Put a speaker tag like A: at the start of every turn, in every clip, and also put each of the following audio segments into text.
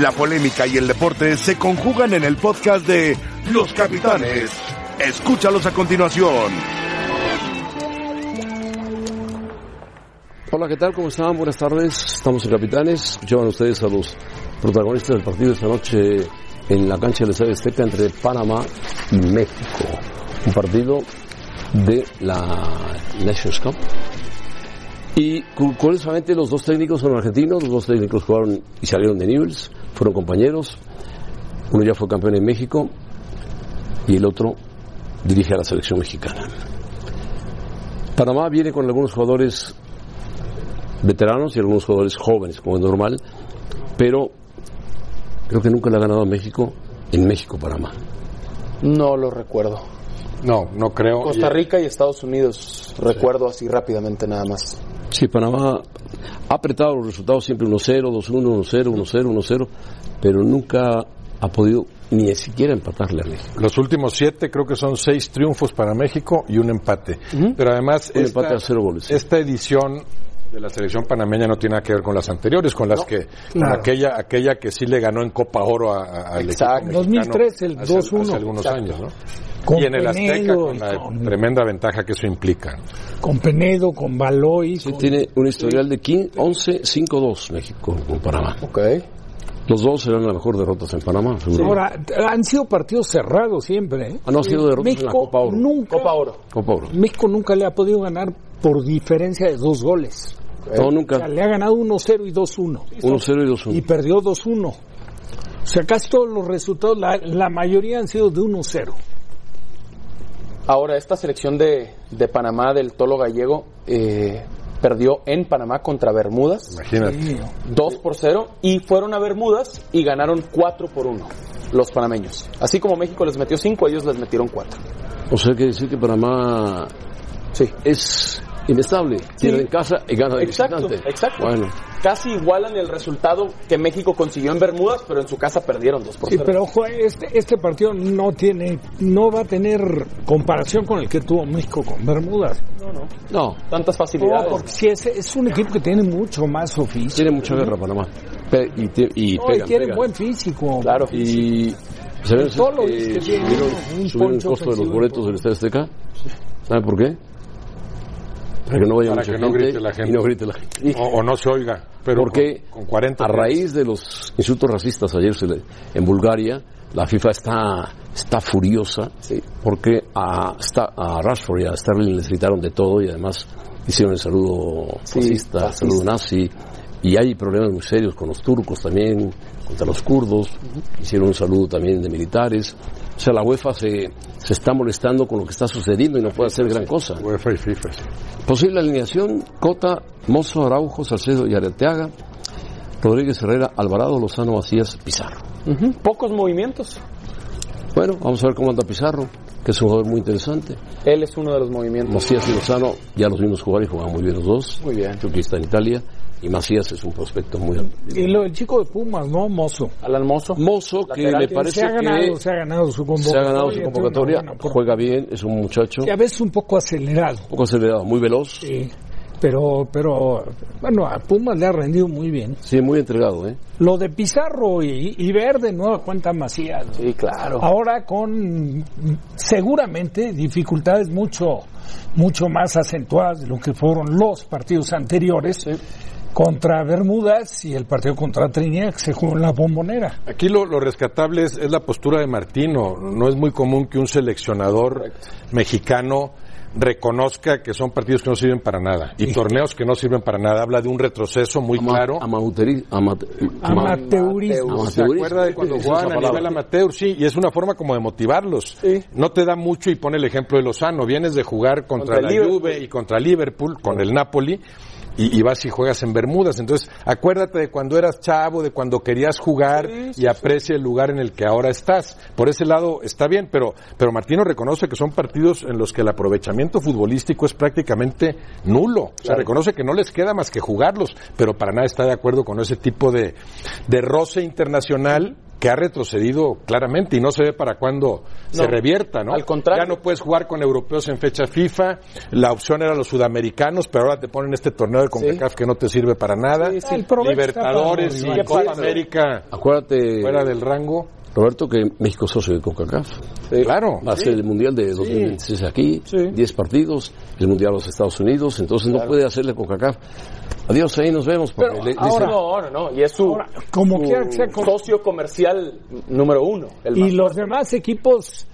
A: La polémica y el deporte se conjugan en el podcast de Los Capitanes. Escúchalos a continuación.
B: Hola, ¿qué tal? ¿Cómo están? Buenas tardes. Estamos en Capitanes. Escuchaban ustedes a los protagonistas del partido esta noche en la cancha del Estadio Azteca entre Panamá y México. Un partido de la Nations Cup. Y cu- curiosamente los dos técnicos son argentinos, los dos técnicos jugaron y salieron de Newell's, fueron compañeros. Uno ya fue campeón en México y el otro dirige a la selección mexicana. Panamá viene con algunos jugadores veteranos y algunos jugadores jóvenes, como es normal, pero creo que nunca le ha ganado a México en México-Panamá.
C: No lo recuerdo.
D: No, no creo.
C: Costa Rica y Estados Unidos, recuerdo así rápidamente nada más.
B: Sí, Panamá ha apretado los resultados siempre 1-0, 2-1, 1-0, 1-0, 1-0, pero nunca ha podido ni siquiera empatarle a México.
D: Los últimos siete creo que son seis triunfos para México y un empate. Pero además
B: Un empate a cero goles.
D: esta edición de la selección panameña no tiene nada que ver con las anteriores, con las que con aquella aquella que sí le ganó en Copa Oro a- a- al
C: Exacto.
D: equipo mexicano
E: 2003, el
D: hace-
E: 2-1.
D: hace algunos
C: Exacto.
D: años, ¿no?
E: Con
D: y en el Azteca
E: Penedo
D: con
E: y
D: la
E: con-
D: tremenda ventaja que eso implica.
E: con Penedo, con Baloy,
B: Sí,
E: con-
B: tiene un historial de 15, 11, 5-2 México con Panamá.
C: Ok.
B: Los dos serán las mejor derrotas en Panamá, seguro.
E: Ahora, han sido partidos cerrados siempre. ¿eh?
B: Ah, no, ha sido derrotas en la
E: México
B: Copa Oro.
E: nunca,
C: Copa Oro.
B: Copa Oro.
E: México nunca le ha podido ganar por diferencia de dos goles.
B: Eh, No,
E: O
B: nunca.
E: sea, le ha ganado 1-0 y 2-1.
B: 1-0 y 2-1.
E: Y perdió 2-1. O sea, casi todos los resultados, la, la mayoría han sido de 1-0.
C: Ahora, esta selección de, de Panamá del Tolo Gallego eh, perdió en Panamá contra Bermudas
D: Imagínate.
C: 2 por 0 y fueron a Bermudas y ganaron 4 por 1 los panameños. Así como México les metió 5, ellos les metieron 4.
B: O sea, que decir que Panamá
C: Sí.
B: es inestable. Pierde en casa y gana de
C: Exacto,
B: visitante.
C: exacto.
B: Bueno,
C: Casi igualan el resultado que México consiguió en Bermudas, pero en su casa perdieron 2 por
E: Sí,
C: 0.
E: pero ojo, este, este partido no tiene, no va a tener comparación con el que tuvo México con Bermudas.
B: no,
C: Tantas
E: No,
C: facilidades.
E: porque sí, es, es un equipo que tiene mucho más oficio.
B: tiene mucha guerra Panamá. Pe- y te- y
E: No, y
B: pegan,
E: tiene
B: pegan.
E: buen físico.
C: Claro.
B: Y ¿sabes,
E: Todo lo
B: eh,
E: dice que
B: subieron,
E: tiene un
B: subieron el
E: poncho
B: costo de los
E: ofensivo.
B: boletos del Estadio Azteca. ¿Sabe por qué? Para que no vaya
D: Para
B: mucha
D: que no
B: gente,
D: grite la gente.
B: y no grite la gente.
D: O, o no se oiga, pero
B: Porque
D: con, con 40
B: a raíz de los insultos racistas ayer se le- en Bulgaria, la FIFA está, está furiosa
C: Sí.
B: porque a, Sta- a Rashford y a Sterling les gritaron de todo y además hicieron el saludo
C: Sí,
B: fascista, el
C: fascista.
B: saludo nazi. Y hay problemas muy serios con los turcos también, contra los kurdos. Hicieron un saludo también de militares. O sea, la UEFA se, se está molestando con lo que está sucediendo y no puede hacer gran cosa.
D: UEFA y FIFA. sí.
B: Posible alineación, Cota, Mozo, Araujo, Salcedo y Areteaga, Rodríguez Herrera, Alvarado, Lozano, Macías, Pizarro.
C: Ujú. Pocos movimientos.
B: Bueno, vamos a ver cómo anda Pizarro, que es un jugador muy interesante.
C: Él es uno de los movimientos.
B: Macías y Lozano ya los vimos jugar y jugaban muy bien los dos.
C: Muy bien.
B: Chucky está en Italia y Macías es un prospecto muy alto.
E: Y lo del chico de Pumas, ¿no? Mozo.
C: Alan Mozo.
B: Mozo, que
C: Lateral
B: me
C: que
B: parece
E: Se ha ganado,
B: que
E: se ha ganado su
B: se
E: convocatoria.
B: ha ganado su convocatoria,
E: Bueno, por-
B: juega bien, es un muchacho,
E: y a
B: un
E: veces un poco acelerado.
B: poco acelerado, muy veloz.
E: sí. Pero, pero, bueno, a Pumas le ha rendido muy bien.
B: Sí, muy entregado, ¿eh?
E: Lo de Pizarro y, y Verde, nueva cuenta Macías.
C: Sí, claro.
E: Ahora con seguramente dificultades mucho, mucho más acentuadas de lo que fueron los partidos anteriores contra Bermudas y el partido contra Trinidad que se jugó en la bombonera.
D: Aquí lo, lo rescatable es, es la postura de Martino. No es muy común que un seleccionador mexicano reconozca que son partidos que no sirven para nada y torneos que no sirven para nada. Habla de un retroceso muy
B: Ama-
D: claro. Ah,
B: amauteri- amate- ama-
E: Amateurismo.
D: ¿Se
B: amateurismo.
D: acuerda de cuando
B: Esa es
D: jugaban
B: la
D: a
B: palabra.
D: nivel amateur? Sí, y es una forma como de motivarlos.
C: Sí.
D: No te da mucho y pone el ejemplo de Lozano. Vienes de jugar contra,
C: Contra
D: la
C: Liverpool.
D: Juve y contra Liverpool, con el Napoli, y, y vas y juegas en Bermudas. Entonces, acuérdate de cuando eras chavo, de cuando querías jugar y aprecia el lugar en el que ahora estás. Por ese lado está bien, pero, pero Martino reconoce que son partidos en los que el aprovechamiento futbolístico es prácticamente nulo. O sea, reconoce que no les queda más que jugarlos, pero para nada está de acuerdo con ese tipo de, de roce internacional que ha retrocedido claramente y no se ve para cuándo se revierta, ¿no?
C: al contrario.
D: Ya no puedes jugar con europeos en fecha FIFA, la opción era los sudamericanos, pero ahora te ponen este torneo de CONCACAF que no te sirve para nada.
E: Sí, sí, el provecho está para los
D: Libertadores y
E: rivales.
D: Copa América
B: Acuérdate,
D: fuera del rango.
B: Roberto, que México es socio de CONCACAF.
D: Claro.
B: Va a ser el Mundial de 2026 aquí, 10 partidos, el Mundial de los Estados Unidos, entonces no puede hacerle CONCACAF. Adiós, ahí nos vemos. Porque le- dice-
C: Ahora, no, no, no. Y es su,
E: Ahora, como
C: su
E: quiera que sea, con-
C: socio comercial número uno. El
E: Y
C: Barça.
E: los demás equipos,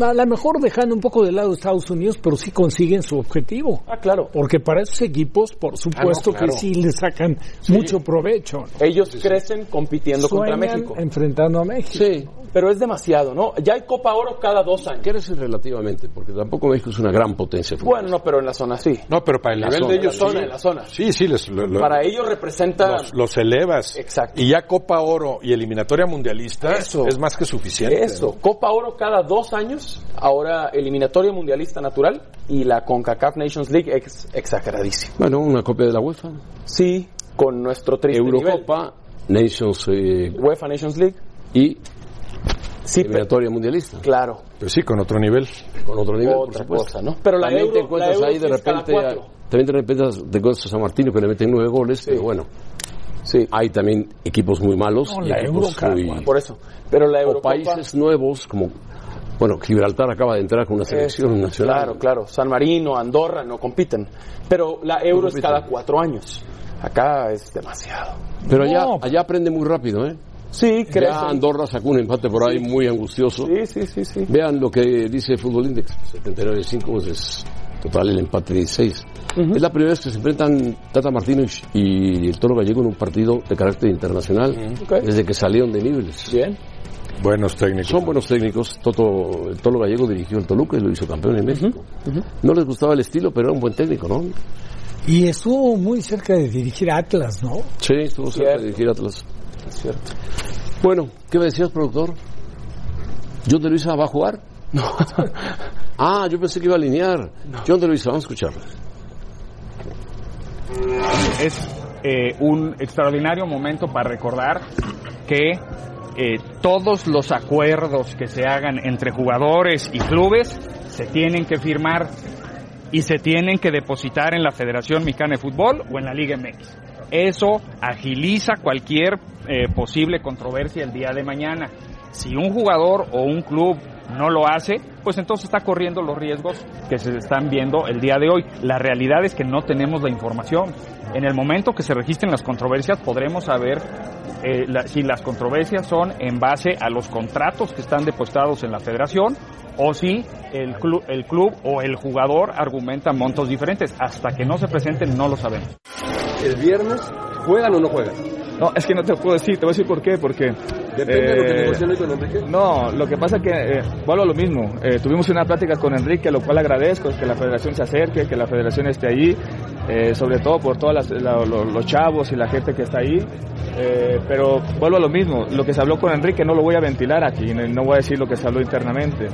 E: a lo mejor dejando un poco de lado Estados Unidos, pero sí consiguen su objetivo.
C: Ah, claro. Ah,
E: Porque para esos equipos, por supuesto
D: claro.
E: que sí le sacan mucho provecho.
C: Ellos crecen compitiendo
E: Sueñan
C: contra México.
E: enfrentando a México.
B: Sí,
C: Pero es demasiado, ¿no? Ya hay Copa Oro cada dos años.
B: quiere decir relativamente, porque tampoco México es una gran potencia.
C: Bueno, no, pero en la zona sí.
D: No, pero para el nivel
B: zona,
D: de ellos
C: la zona,
D: sí.
C: la zona.
D: Sí, sí, les, lo- lo-
C: Para ellos representa
D: los, los elevas.
C: Exacto.
D: Y ya Copa Oro y eliminatoria mundialista
C: Eso.
D: es más que suficiente.
C: eso. Copa Oro cada dos años. Ahora eliminatoria mundialista natural y la CONCACAF Nations League ex exageradísimo.
B: Bueno, una copia de la UEFA.
C: Sí, con nuestro triste
B: Eurocopa, Nations eh,
C: nivel. UEFA Nations League.
B: y
C: Sí, pero-
B: eliminatoria mundialista.
C: claro.
D: Pero Pues sí, con otro nivel.
B: Con otro nivel, por
C: Otra
B: supuesto.
C: cosa, ¿no? Pero la
B: también
C: Euro-
B: te encuentras
C: la Euro
B: ahí de
C: sí es cada
B: repente. a-
C: cuatro.
B: también de repente te encuentras a San Martino que le meten nueve goles, pero bueno,
C: Sí,
B: hay también equipos muy malos
E: No,
B: y
E: la
B: equipos
E: Euro, cada
B: muy-
E: cuatro.
C: por eso. Pero la
B: o
C: Eurocopa.
B: países nuevos como bueno Gibraltar acaba de entrar con una selección nacional
C: Claro, claro. San Marino, Andorra no compiten. Pero la Euro es
B: compiten.
C: cada cuatro años. Acá es demasiado.
B: pero allá
E: No.
B: allá aprende muy rápido eh
C: Sí,
B: ya
C: crecen.
B: Andorra sacó un empate por ahí muy angustioso
C: Sí, sí, sí, sí.
B: vean lo que dice Fútbol Index 79.5 es total el empate 16 es la primera vez que se enfrentan Tata Martino y- y el Toro Gallego en un partido de carácter internacional
C: Ok.
B: desde que salieron de Nibles
C: Bien.
D: Buenos técnicos.
B: Son buenos técnicos. Toto, el Tolo Gallego dirigió el Toluca y lo hizo campeón en México. No les gustaba el estilo, pero era un buen técnico, ¿no?
E: Y estuvo muy cerca de dirigir a Atlas, ¿no?
B: Sí, estuvo cerca
C: Cierto.
B: de dirigir Atlas. Bueno, ¿qué me decías, productor? ¿John de Luisa va a jugar? No. ah, yo pensé que iba a alinear. John de Luisa, vamos a escucharlo.
F: es eh, un extraordinario momento para recordar que eh, todos los acuerdos que se hagan entre jugadores y clubes se tienen que firmar y se tienen que depositar en la Federación Mexicana de Fútbol o en la Liga MX. Eso agiliza cualquier eh, posible controversia el día de mañana. Si un jugador o un club no lo hace, pues entonces está corriendo los riesgos que se están viendo el día de hoy. La realidad es que no tenemos la información. En el momento que se registren las controversias podremos saber eh, la- si las controversias son en base a los contratos que están depositados en la federación o si el, clu- el club o el jugador argumenta montos diferentes. Hasta que no se presenten no lo sabemos.
B: ¿El viernes juegan o no juegan?
G: No, es que no te puedo decir, te voy a decir por qué, porque... eh,
B: hoy con Enrique.
G: No, lo que pasa que, eh, vuelvo a lo mismo, eh, tuvimos una plática con Enrique, lo cual agradezco, que la federación se acerque, que la federación esté allí, eh, sobre todo por todos los chavos y la gente que está ahí, eh, pero vuelvo a lo mismo, lo que se habló con Enrique no lo voy a ventilar aquí, no no voy a decir lo que se habló internamente.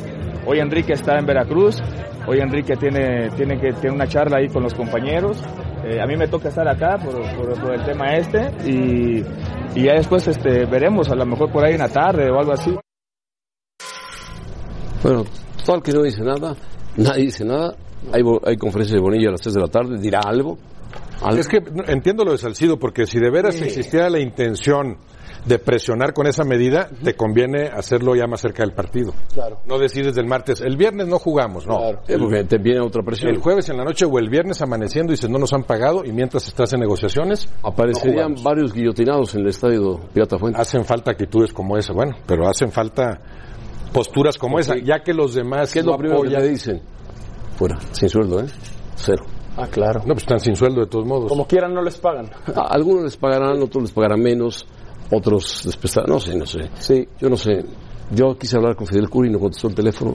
G: Hoy Enrique está en Veracruz, hoy Enrique tiene, tiene, que, tiene una charla ahí con los compañeros, eh, a mí me toca estar acá por, por- por el tema este y, y ya después este, veremos, a lo mejor por ahí en la tarde o algo así.
B: Bueno, total que no dice nada, nadie dice nada. Hay, bo- hay conferencia de Bonilla a las 3 de la tarde, dirá algo. Algo.
D: Es que no, entiendo lo de Salcido, porque si de veras existiera la intención de presionar con esa medida, te conviene hacerlo ya más cerca del partido.
C: Claro.
D: No decir desde el martes, el viernes no jugamos, no.
C: Claro.
B: Sí, porque te viene otra presión.
D: El jueves en la noche o el viernes amaneciendo dices no nos han pagado y mientras estás en negociaciones
B: Aparecerían
D: no jugamos.
B: varios guillotinados en el estadio Pirata Fuente.
D: hacen falta actitudes como esa, bueno, pero hacen falta posturas como esa, ya que los demás
B: ¿Qué es
D: no
B: lo primero que
D: apoyan.
B: le dicen? Fuera, sin sueldo, ¿eh? Cero.
C: Ah, claro.
D: No, pues están sin sueldo de todos
B: Pues
D: modos.
C: Como quieran, no les pagan.
B: A- Algunos les pagarán, otros les pagarán menos, otros les prestarán, no sé, no sé.
C: Sí.
B: Yo no sé. Yo quise hablar con Fidel Curi y no contestó el teléfono.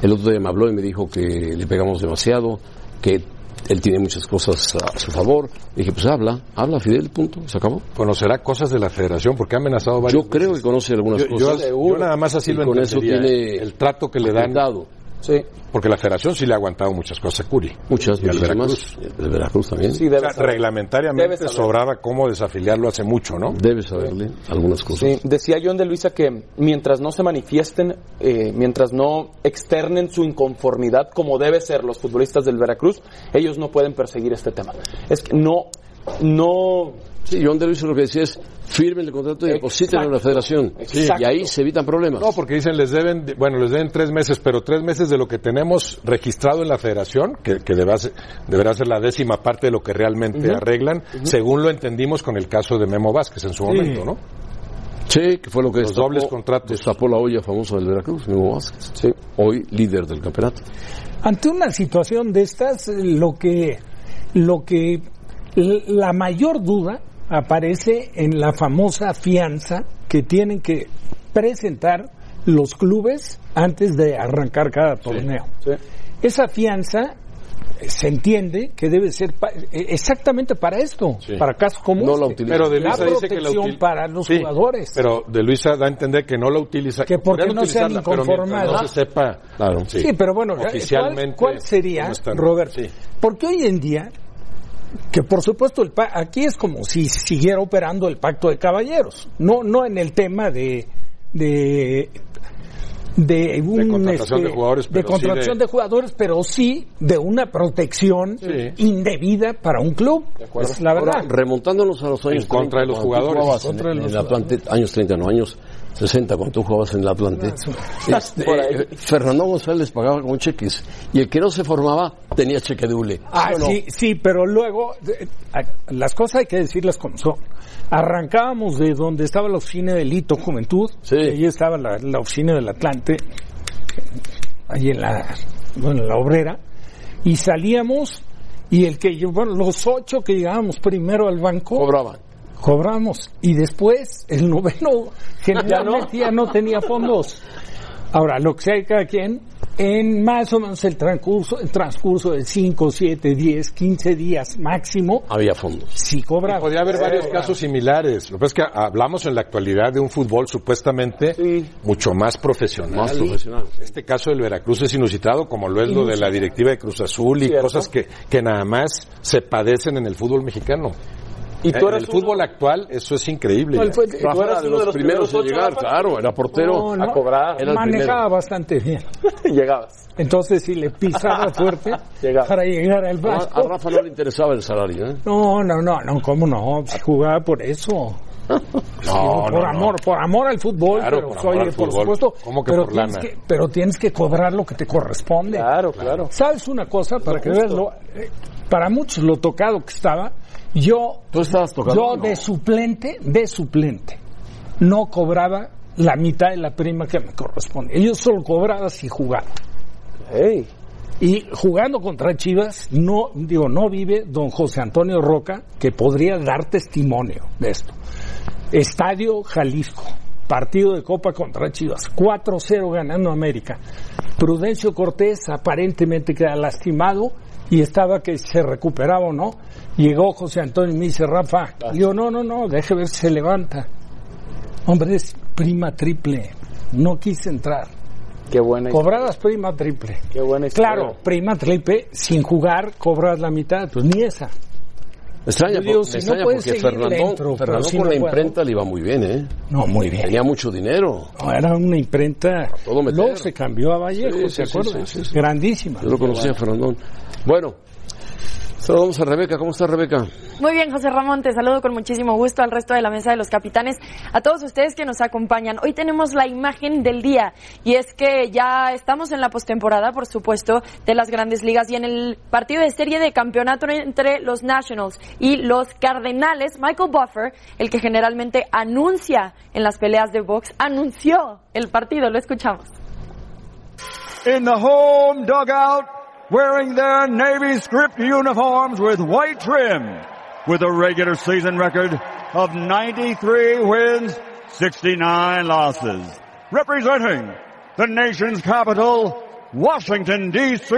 B: El otro día me habló y me dijo que le pegamos demasiado, que él tiene muchas cosas a su favor. dije, pues habla, habla Fidel, punto, se acabó.
D: Conocerá cosas de la federación porque ha amenazado varios.
B: Yo creo que conoce algunas
D: Yo, yo-
B: cosas.
D: yo nada más así
B: Y
D: lo
B: con eso
D: entendería,
B: tiene
D: el trato que le dan
B: dado.
C: Sí,
D: Porque la federación sí le ha aguantado muchas cosas a Curi.
B: Muchas,
D: Y al
B: muchísimas. De Veracruz también.
C: sí,
D: O
C: debe
D: sea,
C: saber.
D: reglamentariamente
C: Debe saber.
D: sobraba cómo desafiliarlo hace mucho, ¿no?
B: Debe saberle algunas cosas.
C: Sí, decía John de Luisa que mientras no se manifiesten, eh, mientras no externen su inconformidad como debe ser los futbolistas del Veracruz, ellos no pueden perseguir este tema. Es que no, no,
B: Sí, John de Luis lo que decía es firmen el contrato y depositen en la federación.
C: Exacto.
B: Y ahí se evitan problemas.
D: No, porque dicen les deben, de- bueno, les deben tres meses, pero tres meses de lo que tenemos registrado en la federación, que, que deberá, ser, deberá ser la décima parte de lo que realmente arreglan, según lo entendimos con el caso de Memo Vázquez en su momento, ¿no?
B: Sí, que fue lo que
D: Los
B: destapó,
D: dobles contratos.
B: destapó la olla famosa del Veracruz, Memo Vázquez. Hoy líder del campeonato.
E: Ante una situación de estas, eh, lo que, lo que l- la mayor duda aparece en la famosa fianza que tienen que presentar los clubes antes de arrancar cada torneo. Esa fianza eh, se entiende que debe ser pa- eh, exactamente para esto, para casos como
B: No
E: este.
B: la utilizan.
D: Pero de
E: La
D: Luisa dice que la
E: protección
D: util-
E: para los
D: Sí,
E: jugadores.
D: Pero de Luisa da a entender que no la utiliza.
E: Que porque
D: podrían
E: no sean
D: utilizarla, pero mientras
E: inconformados.
D: No se sepa.
B: Claro.
E: Sí, pero bueno, eh, ¿cuál-
D: oficialmente.
E: ¿cuál, sería,
D: no están.
E: Robert?
D: Sí.
E: Porque hoy en día, que por supuesto el pa- aquí es como si siguiera operando el pacto de caballeros, no, no en el tema de de de, un, este,
D: contratación de jugadores,
E: de
D: pero sí
E: contratación
D: de-
E: de jugadores, pero sí de una protección
D: Sí.
E: indebida para un club, es la verdad.
B: Ahora, remontándonos a los años
D: contra de los
B: cuando tú
D: jugadores.
B: jugabas
D: En
B: en,
D: contra de
B: en
D: los
B: el Atlante, años 30, no, años 60, cuando tú jugabas en el
D: Ah,
B: Atlante, este,
C: Por ahí.
B: Fernando González pagaba con cheques y el que no se formaba tenía cheque doble.
E: Ah,
B: ¿Sí o no?
E: sí, sí, pero luego eh, a- las cosas hay que decirlas como son. Arrancábamos de donde estaba la oficina del Hito Juventud,
B: Sí.
E: y ahí estaba la, la oficina del Atlante, ahí en la, bueno, en la obrera, y salíamos y el que yo- bueno, los ocho que llegábamos primero al banco
B: Cobraban.
E: cobramos y después el noveno generalmente ya no tenía fondos. Ahora, lo que sea cada quien, en más o menos el transcurso, el transcurso de 5, 7, 10, 15 días máximo,
B: Había fondos.
E: sí cobraba.
D: Podría haber varios casos similares. Lo que pasa es que hablamos en la actualidad de un fútbol supuestamente mucho más profesional.
B: Más profesional.
D: Este caso del Veracruz es inusitado, como lo es lo de la directiva de Cruz Azul y cosas que, que nada más se padecen en el fútbol mexicano. Eh,
C: y tú
D: en
C: eres
D: el fútbol actual eso es increíble.
C: uno- fue- y tú
B: Rafa
C: eras
B: era de
C: uno
B: los, primeros, en
C: ocho,
B: llegar,
C: Rafa.
B: claro, era portero.
E: No, no,
C: a cobrar.
B: Ah, Era el
E: manejaba
B: primero.
E: bastante bien.
C: Llegabas.
E: Entonces, si le pisaba fuerte
C: Llegaba.
E: para llegar al
B: A, a
E: banco.
B: Rafa no le interesaba el salario, ¿eh?
E: No, no, no, no, cómo no, Se jugaba por eso.
D: No,
E: por amor, por amor al fútbol,
D: Claro,
E: pero
D: por
E: por,
D: amor al
E: por
D: fútbol.
E: supuesto,
D: ¿Cómo que
E: pero,
D: por
E: tienes
D: lana?
E: que, pero tienes que cobrar lo que te corresponde.
C: Claro, claro.
E: ¿Sabes una cosa? Para que veas lo, eh, para muchos lo tocado que estaba, yo,
B: Tú estabas tocando.
E: yo de suplente, de suplente, no cobraba la mitad de la prima que me corresponde. Yo solo cobraba si jugaba.
C: Ey,
E: Y jugando contra Chivas, no, digo, no vive don José Antonio Roca, que podría dar testimonio de esto. Estadio Jalisco, partido de Copa contra Chivas, 4-0 ganando América. Prudencio Cortés aparentemente queda lastimado y estaba que se recuperaba o no. Llegó José Antonio y me dice, Rafa, yo no, no, no, deje ver si se levanta. Hombre, es prima triple, no quise entrar.
C: qué buena,
E: Cobradas prima triple.
C: qué buena historia.
E: Claro, prima triple, sin jugar cobras la mitad, pues ni esa.
B: Me extraña,
E: Yo digo,
B: por-
E: si
B: me
E: no
B: extraña
E: puedes
B: porque
E: seguir
B: Fernando,
E: dentro, pero
B: Fernando
E: si
B: con
E: no
B: la
E: puedo.
B: imprenta le iba muy bien, ¿eh?
E: No, muy bien.
B: Tenía mucho dinero.
E: No, Era una imprenta.
B: todo meter.
E: Luego se cambió a
B: Sí,
E: Vallejo, ¿se
B: sí,
E: acuerdan?
B: sí, sí, sí.
E: Grandísima.
B: Yo lo conocía, Fernandón. Bueno, saludamos a Rebeca. ¿Cómo está Rebeca?
H: Muy bien, José Ramón, te saludo con muchísimo gusto al resto de la mesa de los capitanes, a todos ustedes que nos acompañan. Hoy tenemos la imagen del día y es que ya estamos en la postemporada, por supuesto, de las grandes ligas y en el partido de serie de campeonato entre los Nationals y los Cardenales, Michael Buffer, el que generalmente anuncia en las peleas de box, anunció el partido, lo escuchamos.
I: in the home dugout wearing their Navy script uniforms with white trim with a regular season record of 93 wins, 69 losses. Representing the nation's capital, Washington DC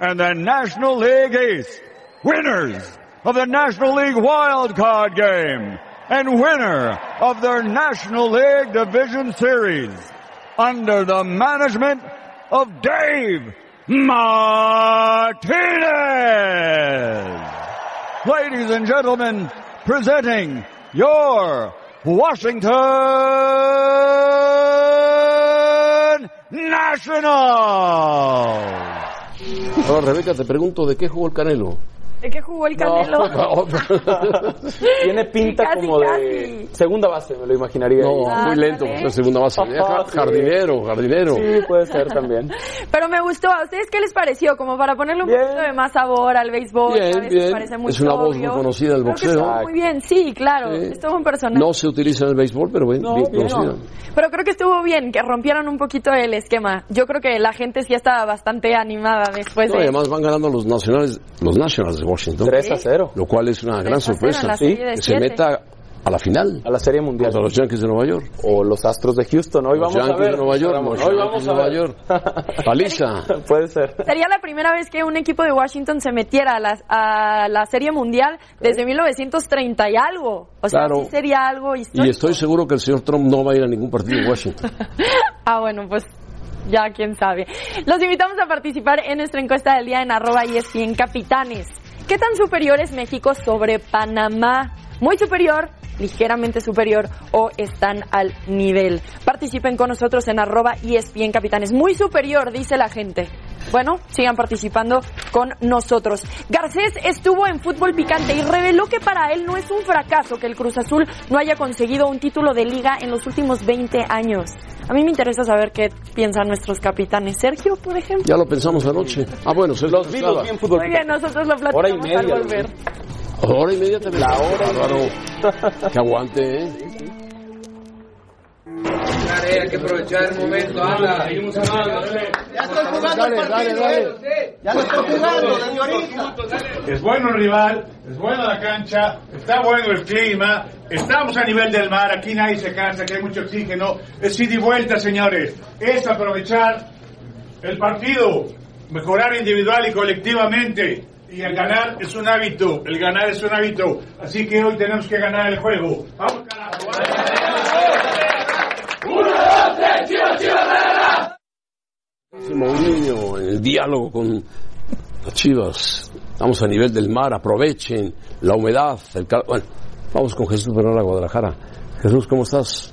I: and the National League East. Winners of the National League Wild Card Game and winner of their National League Division Series under the management of Dave Martinez. Ladies and gentlemen, presenting your Washington
C: Oh.
I: Nationals.
B: Ahora, Rebeca, te pregunto, ¿de qué jugó el Canelo?
H: ¿De qué jugó el Canelo?
B: No,
C: Tiene pinta
H: Casi,
C: como de
H: casi.
C: segunda base, me lo imaginaría.
H: Ah,
B: muy lento,
H: Canelo.
B: pues, la segunda base.
C: Ah, sí.
B: Jardinero, jardinero.
C: Sí, puede ser también.
H: Pero me gustó. ¿A ustedes qué les pareció? Como para ponerle un
C: Bien.
H: poquito de más sabor al béisbol.
B: Bien,
H: a veces
B: bien.
H: parece muy
B: Es una voz
H: obvio.
B: muy conocida del
H: Creo que
B: boxeo.
H: estuvo muy bien, sí, claro.
B: Sí.
H: Estuvo un personaje.
B: No se utiliza en el béisbol, pero bien,
C: No,
B: bien
C: bien.
B: conocida.
H: Pero creo que estuvo bien, que rompieron un poquito el esquema. Yo creo que la gente sí estaba bastante animada después
B: No, y
H: de...
B: además van ganando los nacionales, los nationals de Washington,
C: 3 a 0
B: lo cual es una gran
H: Tres a cero en
B: sorpresa.
H: la serie de
B: que se
H: siete.
B: meta a la final
C: a la Serie Mundial.
B: contra los Yankees de Nueva York.
C: O los Astros de Houston. Hoy
B: Los
C: vamos a
B: Yankees
C: ver.
B: de Nueva York,
C: Ramón.
B: los
C: Hoy vamos
B: Yankees de
C: a
B: Nueva
C: ver.
B: York. Paliza.
C: Puede ser.
H: Sería la primera vez que un equipo de Washington se metiera a la, a la Serie Mundial desde 1930 y algo. O sea,
B: Claro.
H: sí sería algo histórico.
B: Y estoy seguro que el señor Trump no va a ir a ningún partido de Washington.
H: Ah, bueno, pues ya quién sabe. Los invitamos a participar en nuestra encuesta del día en arroba ESPN Capitanes. ¿Qué tan superior es México sobre Panamá? ¿Muy superior? ligeramente superior o están al nivel. Participen con nosotros en arroba ESPN Capitanes. Muy superior, dice la gente. Bueno, sigan participando con nosotros. Garcés estuvo en fútbol picante y reveló que para él no es un fracaso que el Cruz Azul no haya conseguido un título de liga en los últimos 20 años. A mí me interesa saber qué piensan nuestros capitanes. Sergio, por ejemplo.
B: Ya lo pensamos anoche. Ah, bueno, se
C: Los vivos bien fútbol.
H: Muy bien, nosotros lo platicamos
C: Hora y media,
H: al volver.
B: Hora inmediatamente. La hora. Que aguante, ¿eh?
J: Es bueno el rival, es buena la cancha, está bueno el clima, estamos a nivel del mar, aquí nadie se cansa, que hay mucho oxígeno. Es ida y vuelta, señores. Es aprovechar el partido, mejorar individual y colectivamente. Y el ganar es un hábito, el ganar es un hábito. Así que hoy tenemos que ganar el juego. ¡Vamos, carajo! ¡Vamos!
B: Ese Mourinho, el eh, diálogo con las Chivas. Vamos a nivel del mar, aprovechen la humedad. El cal- Bueno, vamos con Jesús Bernal a Guadalajara. Jesús, ¿cómo estás?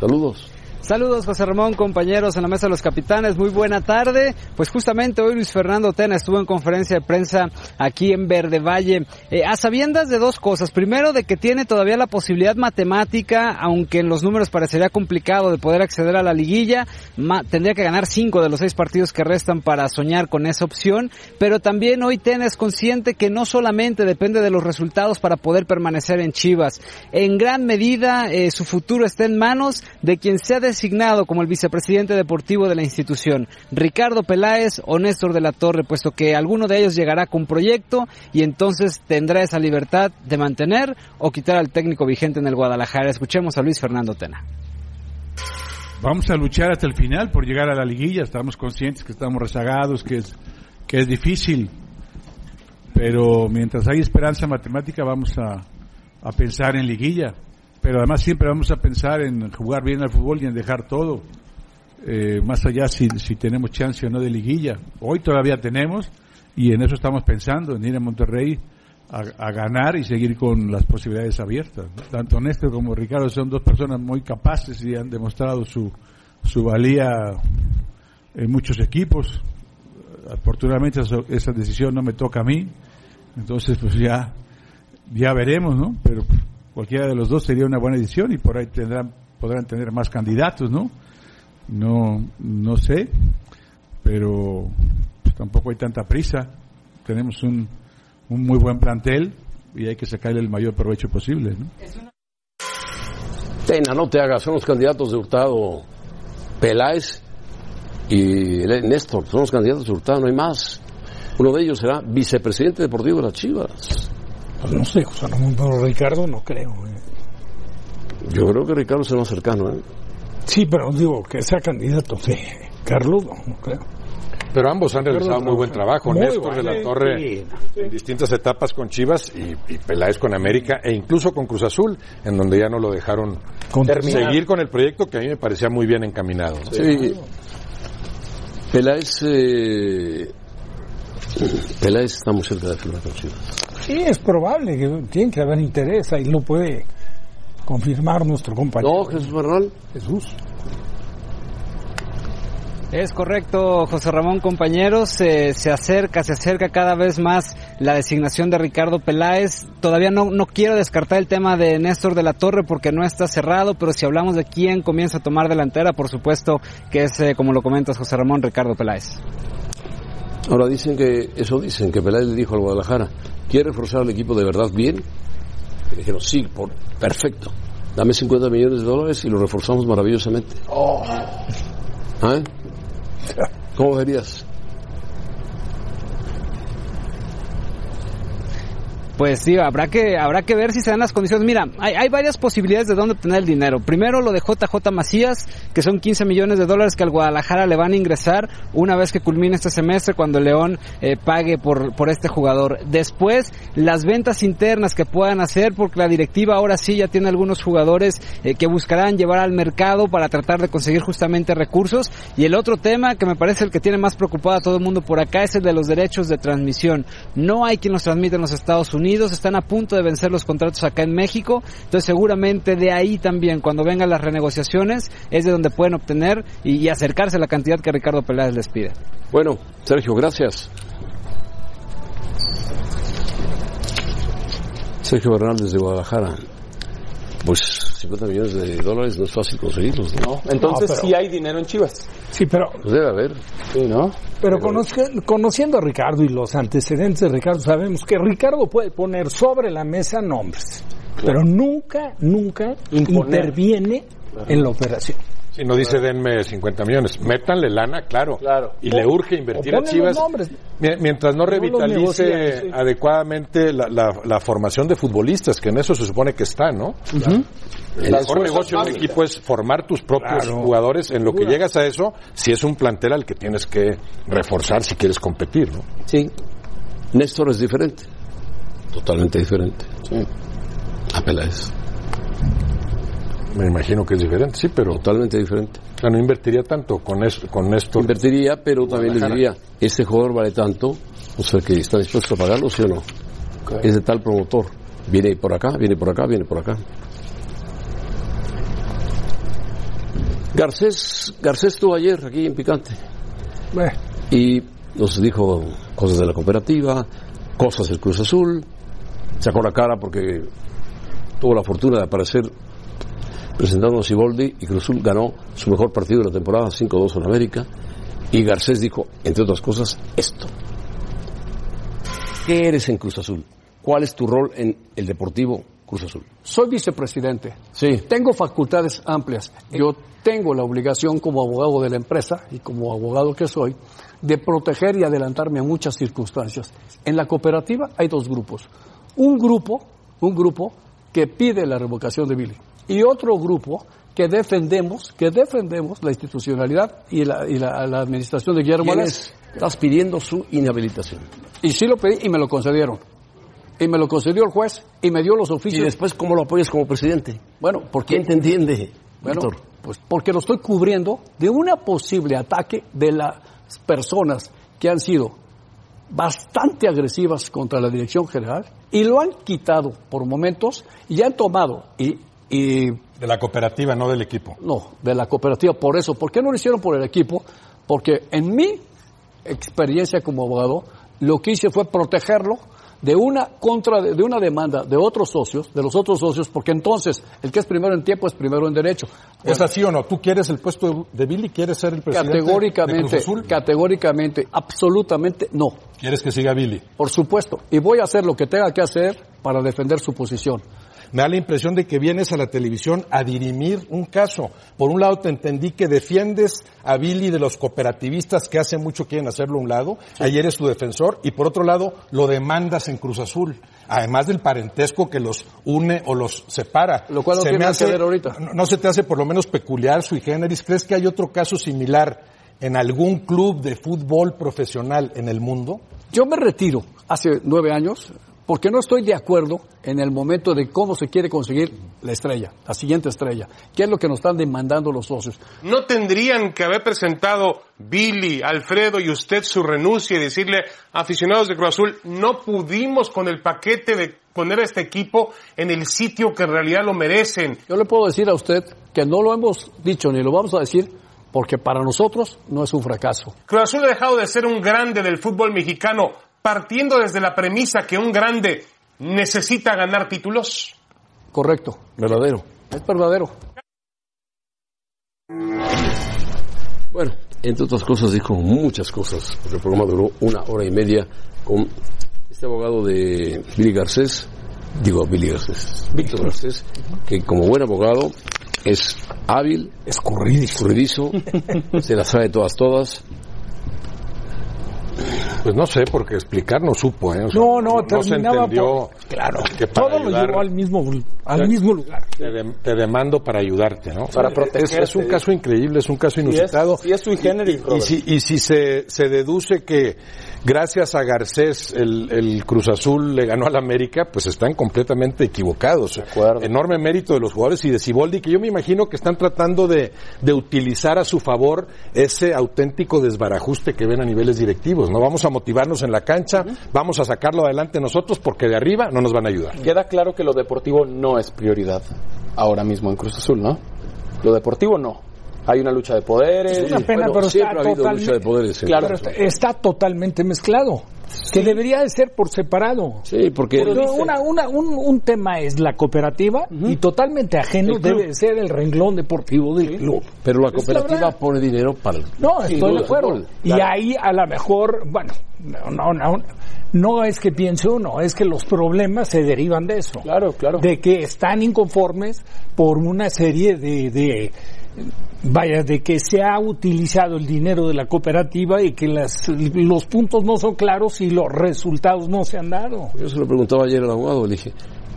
B: Saludos.
K: Saludos José Ramón, compañeros en la mesa de los capitanes, muy buena tarde. Pues justamente hoy Luis Fernando Tena estuvo en conferencia de prensa aquí en Verde Valle, eh, a sabiendas de dos cosas. Primero, de que tiene todavía la posibilidad matemática, aunque en los números parecería complicado de poder acceder a la liguilla, ma- tendría que ganar cinco de los seis partidos que restan para soñar con esa opción. Pero también hoy Tena es consciente que no solamente depende de los resultados para poder permanecer en Chivas. En gran medida eh, su futuro está en manos de quien se ha designado como el vicepresidente deportivo de la institución, Ricardo Peláez o Néstor de la Torre, puesto que alguno de ellos llegará con proyecto y entonces tendrá esa libertad de mantener o quitar al técnico vigente en el Guadalajara. Escuchemos a Luis Fernando Tena.
J: vamos a luchar hasta el final por llegar a la liguilla. Estamos conscientes que estamos rezagados, que es, que es difícil. Pero mientras hay esperanza matemática, vamos a, a pensar en liguilla. Pero además siempre vamos a pensar en jugar bien al fútbol y en dejar todo. Eh, más allá si, si tenemos chance o no de liguilla. Hoy todavía tenemos y en eso estamos pensando, en ir a Monterrey a, a ganar y seguir con las posibilidades abiertas. ¿no? Tanto Néstor como Ricardo son dos personas muy capaces y han demostrado su, su valía en muchos equipos. Afortunadamente eso- esa decisión no me toca a mí, entonces pues ya, ya veremos, ¿no? Pero pues, cualquiera de los dos sería una buena decisión y por ahí tendrán, podrán tener más candidatos, ¿no? No, no sé, pero pues, tampoco hay tanta prisa. Tenemos un, un muy buen plantel y hay que sacarle el mayor provecho posible. ¿no?
B: Tena, no te hagas. Son los candidatos de Hurtado Peláez y Le- Néstor. Son los candidatos de Hurtado, no hay más. Uno de ellos será vicepresidente deportivo de las Chivas.
E: Pues no sé, José Ramón, pero Ricardo no creo. eh.
B: Yo creo que Ricardo será más cercano, ¿eh?
E: Sí, pero digo, que sea candidato, sí. Carlos, no, no creo.
D: Pero ambos han realizado muy buen trabajo.
E: Muy
D: Néstor
E: bueno,
D: de la
E: sí.
D: Torre en distintas etapas con Chivas y, y Peláez con América e incluso con Cruz Azul, en donde ya no lo dejaron
E: Con-
D: seguir con el proyecto que a mí me parecía muy bien encaminado. ¿no?
B: Sí, Peláez, eh, Peláez está muy cerca de firmar con Chivas.
E: Sí, es probable que tiene que haber interés, ahí lo puede confirmar nuestro compañero.
B: No, Jesús Bernal.
E: Jesús.
K: Es correcto, José Ramón, compañeros. eh, se acerca, se acerca cada vez más la designación de Ricardo Peláez. Todavía no, no quiero descartar el tema de Néstor de la Torre porque no está cerrado, pero si hablamos de quién comienza a tomar delantera, por supuesto que es, eh, como lo comentas, José Ramón, Ricardo Peláez.
B: Ahora dicen que, eso dicen, que Peláez le dijo al Guadalajara, ¿quiere reforzar al equipo de verdad bien? Le dijeron, sí, por, perfecto. Dame 50 millones de dólares y lo reforzamos maravillosamente.
L: Oh.
B: ¿Ah, eh? ¿Cómo verías?
K: Pues sí, habrá que, habrá que ver si se dan las condiciones. Mira, hay, hay varias posibilidades de dónde obtener el dinero. Primero lo de JJ Macías, que son 15 millones de dólares que al Guadalajara le van a ingresar una vez que culmine este semestre cuando León eh, pague por, por este jugador. Después, las ventas internas que puedan hacer, porque la directiva ahora sí ya tiene algunos jugadores eh, que buscarán llevar al mercado para tratar de conseguir justamente recursos. Y el otro tema que me parece el que tiene más preocupado a todo el mundo por acá es el de los derechos de transmisión. No hay quien los transmite en los Estados Unidos, están a punto de vencer los contratos acá en México, entonces seguramente de ahí también, cuando vengan las renegociaciones, es de donde pueden obtener y, y acercarse a la cantidad que Ricardo Peláez les pide.
B: Bueno, Sergio, gracias. Sergio Bernal desde Guadalajara. Pues 50 millones de dólares no es fácil conseguirlos, ¿no?
C: Entonces
E: No, pero-
C: sí hay dinero en Chivas.
E: Sí, pero
B: Pues debe haber.
C: Sí, ¿no?
E: Pero conozca- conociendo a Ricardo y los antecedentes de Ricardo, sabemos que Ricardo puede poner sobre la mesa nombres, pero nunca, nunca
C: Imponer.
E: interviene en la operación.
D: Si no dice denme 50 millones, métanle lana, claro.
C: Claro.
D: Y le urge invertir a
E: ponen los
D: Chivas.
E: nombres.
D: Mie- Mientras no
E: los
D: revitalice
E: negocian, sí.
D: adecuadamente la, la- la formación de futbolistas, que en eso se supone que está, ¿no? El mejor negocio de un equipo es formar tus propios jugadores. En lo que llegas a eso, si es un plantel al que tienes que reforzar si quieres competir, ¿no?
B: Sí. Néstor es diferente. Totalmente diferente. Sí. A Peláez.
D: Me imagino que es diferente, sí, pero o
B: Totalmente diferente.
D: sea, no invertiría tanto con, es- con Néstor.
B: Invertiría, pero también le diría, este jugador vale tanto, o sea que está dispuesto a pagarlo, sí o no. Es de tal promotor. Viene por acá, viene por acá, viene por acá. Garcés, Garcés estuvo ayer aquí en Picante
E: Bueno,
B: y nos dijo cosas de la cooperativa, cosas del Cruz Azul, sacó la cara porque tuvo la fortuna de aparecer presentando a Siboldi y Cruz Azul ganó su mejor partido de la temporada, 5-2 en América, y Garcés dijo, entre otras cosas, esto. ¿Qué eres en Cruz Azul? ¿Cuál es tu rol en el Deportivo Cruz Azul?
M: Soy vicepresidente.
B: Sí.
M: Tengo facultades amplias. Yo tengo la obligación como abogado de la empresa y como abogado que soy de proteger y adelantarme a muchas circunstancias. En la cooperativa hay dos grupos. Un grupo, un grupo que pide la revocación de Billy y otro grupo que defendemos, que defendemos la institucionalidad y la, y la- la administración de Guillermo Lazo.
B: Estás pidiendo su inhabilitación.
M: Y sí lo pedí y me lo concedieron. Y me lo concedió el juez y me dio los
B: Y
M: oficios.
B: después, ¿cómo lo apoyas como presidente?
M: Bueno, porque
B: ¿Quién te entiende,
M: Bueno,
B: Víctor?
M: pues porque lo estoy cubriendo de un posible ataque de las personas que han sido bastante agresivas contra la dirección general y lo han quitado por momentos y han tomado y, y
D: De la cooperativa, no del equipo.
M: no de la cooperativa por eso. ¿Por qué no lo hicieron por el equipo? Porque en mi experiencia como abogado lo que hice fue protegerlo de una contra de una demanda de otros socios, de los otros socios, porque entonces el que es primero en tiempo es primero en derecho.
D: ¿Es así o no? ¿Tú quieres el puesto de Billy? ¿Quieres ser el presidente? de Cruz
M: Categóricamente,
D: Azul?
M: categóricamente, absolutamente no,
D: ¿Quieres que siga Billy?
M: por supuesto. Y voy a hacer lo que tenga que hacer para defender su posición.
D: Me da la impresión de que vienes a la televisión a dirimir un caso. Por un lado te entendí que defiendes a Billy de los cooperativistas que hace mucho quieren hacerlo a un lado, ayer es tu defensor, y por otro lado lo demandas en Cruz Azul, además del parentesco que los une o los separa.
M: Lo cual no
D: Se
M: tiene
D: me
M: nada que
D: hace-
M: ver ahorita.
D: No, no se te hace por lo menos peculiar sui generis? ¿Crees que hay otro caso similar en algún club de fútbol profesional en el mundo?
M: Yo me retiro hace nueve años, porque no estoy de acuerdo en el momento de cómo se quiere conseguir la estrella, la siguiente estrella, que es lo que nos están demandando los socios.
N: ¿No tendrían que haber presentado Billy, Alfredo y usted su renuncia y decirle, aficionados de Cruz Azul, no pudimos con el paquete de poner a este equipo en el sitio que en realidad lo merecen?
M: Yo le puedo decir a usted que no lo hemos dicho ni lo vamos a decir porque para nosotros no es un fracaso.
N: Cruz Azul ha dejado de ser un grande del fútbol mexicano partiendo desde la premisa que un grande necesita ganar títulos.
M: Correcto.
B: Verdadero.
M: Es verdadero.
B: Bueno, entre otras cosas dijo muchas cosas, porque el programa duró una hora y media con este abogado de Billy Garcés, digo Billy Garcés, Víctor Garcés, que como buen abogado es hábil, escurridizo, se las sabe todas, todas.
D: Pues no sé, porque explicar no supo, ¿eh? O sea,
E: No, no,
D: se
E: terminaba
D: entendió
E: por-
D: claro, que para
E: Todo lo
D: ayudar-
E: llevó al mismo, al mismo lugar.
D: te, de- te demando para ayudarte, ¿no?
E: Para
D: Es-
E: protegerte,
D: Es,
B: Eh,
D: un caso increíble, es un caso inusitado.
C: Y es sui generis,
D: Y
C: Robert.
D: si, y si se, se deduce que gracias a Garcés el, el Cruz Azul le ganó al América, pues están completamente equivocados. Enorme mérito de los jugadores y de Ciboldi, que yo me imagino que están tratando de, de utilizar a su favor ese auténtico desbarajuste que ven a niveles directivos. No vamos a motivarnos en la cancha, vamos a sacarlo adelante nosotros porque de arriba no nos van a ayudar.
C: Queda claro que lo deportivo no es prioridad ahora mismo en Cruz Azul, ¿no? Lo deportivo no. Hay una lucha de poderes.
E: Es una pena, pero está totalmente,
C: Claro,
E: pero está- está totalmente mezclado. Que debería de ser por separado.
B: Sí, porque-
E: Pero una- una- un, un tema es la cooperativa y totalmente ajeno
B: El club.
E: debe de ser el renglón deportivo del club.
B: Pero la
E: Es la
B: cooperativa
E: verdad.
B: pone dinero para el
E: No,
B: Sin
E: estoy
B: duda,
E: de acuerdo.
B: fútbol.
E: Y ahí a lo mejor, bueno, no, no, no, no es que piense uno, es que los problemas se derivan de eso. Claro, claro. De que están inconformes por una serie de, de vaya, de que se ha utilizado el dinero de la cooperativa y que las, los puntos no son claros y los resultados no se han dado.
B: Pues Yo se lo preguntaba ayer al abogado, le dije,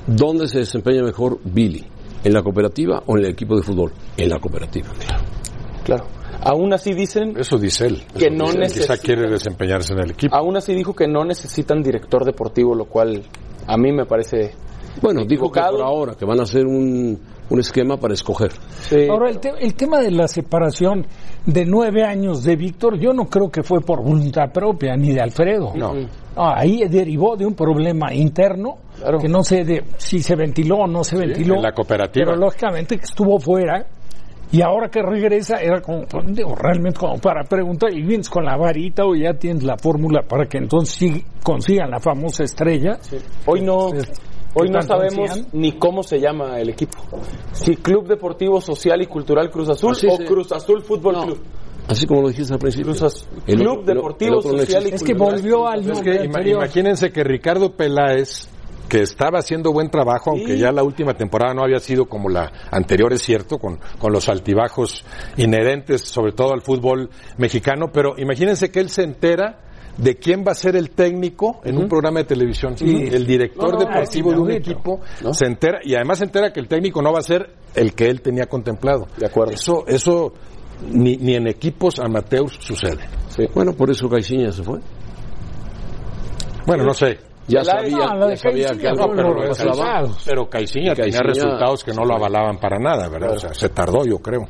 B: ¿dónde se desempeña mejor Billy? ¿En la cooperativa o en el equipo de fútbol? En la cooperativa, claro.
C: Claro. Aún así dicen...
D: Eso dice él.
C: Que
D: Eso
C: no
D: dice él.
C: necesita-
D: Quizá quiere desempeñarse en el equipo.
C: Aún así dijo que no necesitan director deportivo, lo cual a mí me parece...
B: Bueno, dijo que por ahora, que van a hacer un, un esquema para escoger.
E: Ahora, el, te- el tema de la separación de nueve años de Víctor, yo no creo que fue por voluntad propia, ni de Alfredo.
D: No.
E: Ah, ahí derivó de un problema interno, que no sé de, si se ventiló o no se ventiló.
D: en la cooperativa.
E: Pero lógicamente que estuvo fuera. Y ahora que regresa, era como, pues, digo, realmente como para preguntar, ¿y vienes con la varita o ya tienes la fórmula para que entonces sí consigan la famosa estrella?
C: Hoy no, hoy no
E: tanto
C: sabemos
E: decían?
C: ni cómo se llama el equipo. Si Club Deportivo Social y Cultural Cruz Azul
B: Así
C: o
B: se-
C: Cruz Azul Fútbol Club.
B: Así como lo dijiste al principio. El
C: Club
B: otro- no,
C: Deportivo
B: el otro no
C: Social y
B: existe.
E: Es que volvió al
D: Es que
E: nombre
D: ima-
E: anterior.
D: imagínense que Ricardo Peláez, que estaba haciendo buen trabajo, aunque ya la última temporada no había sido como la anterior, es cierto, con, con los altibajos inherentes, sobre todo al fútbol mexicano, pero imagínense que él se entera de quién va a ser el técnico en un programa de televisión. El director
E: No, no,
D: deportivo de un
E: Arsinauguito.
D: equipo se entera, y además se entera que el técnico no va a ser el que él tenía contemplado. De acuerdo. Eso, eso ni, ni en equipos amateurs sucede.
B: Bueno, por eso Caixinha se fue.
D: Bueno, no sé.
B: Ya
D: Peláez-
B: sabía,
D: No, lo de
B: ya sabía
D: Caixinha
B: que algo
D: no, pero
B: no
D: lo de
B: pasaba.
D: Caixinha- Pero Caixinha
B: Y
D: tenía
B: Caixinha-
D: resultados que no lo avalaban para nada, ¿verdad? O sea, se tardó, yo creo.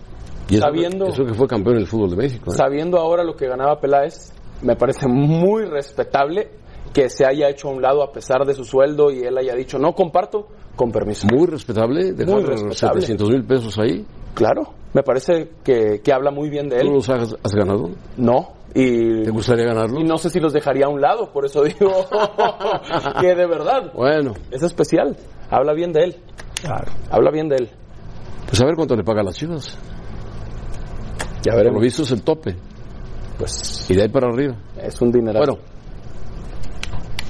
B: Y eso,
C: Sabiendo-
B: eso que fue campeón del fútbol de México. ¿eh?
C: Sabiendo ahora lo que ganaba Peláez, me parece muy respetable que se haya hecho a un lado a pesar de su sueldo y él haya dicho, no comparto, con permiso.
B: Muy respetable, dejar
C: respetable.
B: 700 mil pesos ahí.
C: Claro, me parece que, que habla muy bien de
B: ¿Tú
C: él.
B: los has, has ganado?
C: No. Y...
B: ¿Te gustaría ganarlo?
C: Y no sé si los dejaría a un lado, por eso digo que de verdad
B: Bueno,
C: es especial. Habla bien de él,
E: Claro.
C: habla bien de él.
B: pues a ver cuánto le paga a las chivas. Ya veremos. Por lo visto es el tope. Pues. Y de ahí para arriba.
C: Es un dinero.
B: Bueno.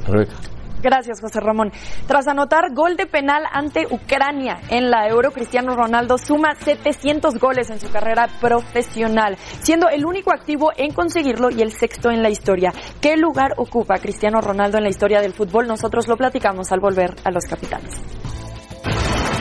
B: Rebeca.
H: Gracias, José Ramón. Tras anotar gol de penal ante Ucrania en la Euro, Cristiano Ronaldo suma 700 goles en su carrera profesional, siendo el único activo en conseguirlo y el sexto en la historia. ¿Qué lugar ocupa Cristiano Ronaldo en la historia del fútbol? Nosotros lo platicamos al volver a los capitanes.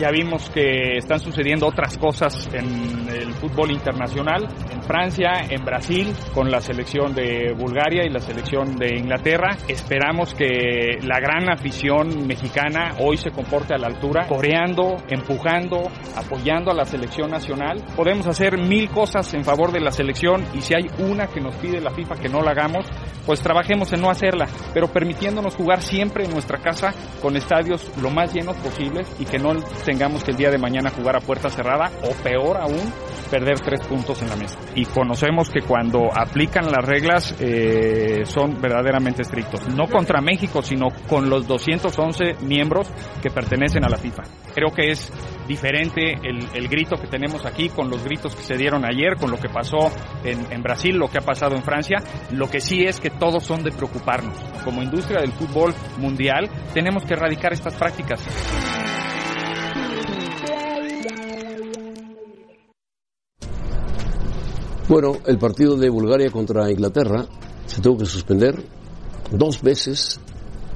F: Ya vimos que están sucediendo otras cosas en el fútbol internacional, en Francia, en Brasil, con la selección de Bulgaria y la selección de Inglaterra. Esperamos que la gran afición mexicana hoy se comporte a la altura, coreando, empujando, apoyando a la selección nacional. Podemos hacer mil cosas en favor de la selección y si hay una que nos pide la FIFA que no la hagamos, pues trabajemos en no hacerla, pero permitiéndonos jugar siempre en nuestra casa con estadios lo más llenos posibles y que no tengamos que el día de mañana jugar a puerta cerrada o peor aún, perder tres puntos en la mesa. Y conocemos que cuando aplican las reglas eh, son verdaderamente estrictos, no contra México, sino con los 211 miembros que pertenecen a la FIFA. Creo que es diferente el, el grito que tenemos aquí con los gritos que se dieron ayer, con lo que pasó en, en Brasil, lo que ha pasado en Francia. Lo que sí es que todos son de preocuparnos. Como industria del fútbol mundial, tenemos que erradicar estas prácticas.
B: Bueno, el partido de Bulgaria contra Inglaterra se tuvo que suspender dos veces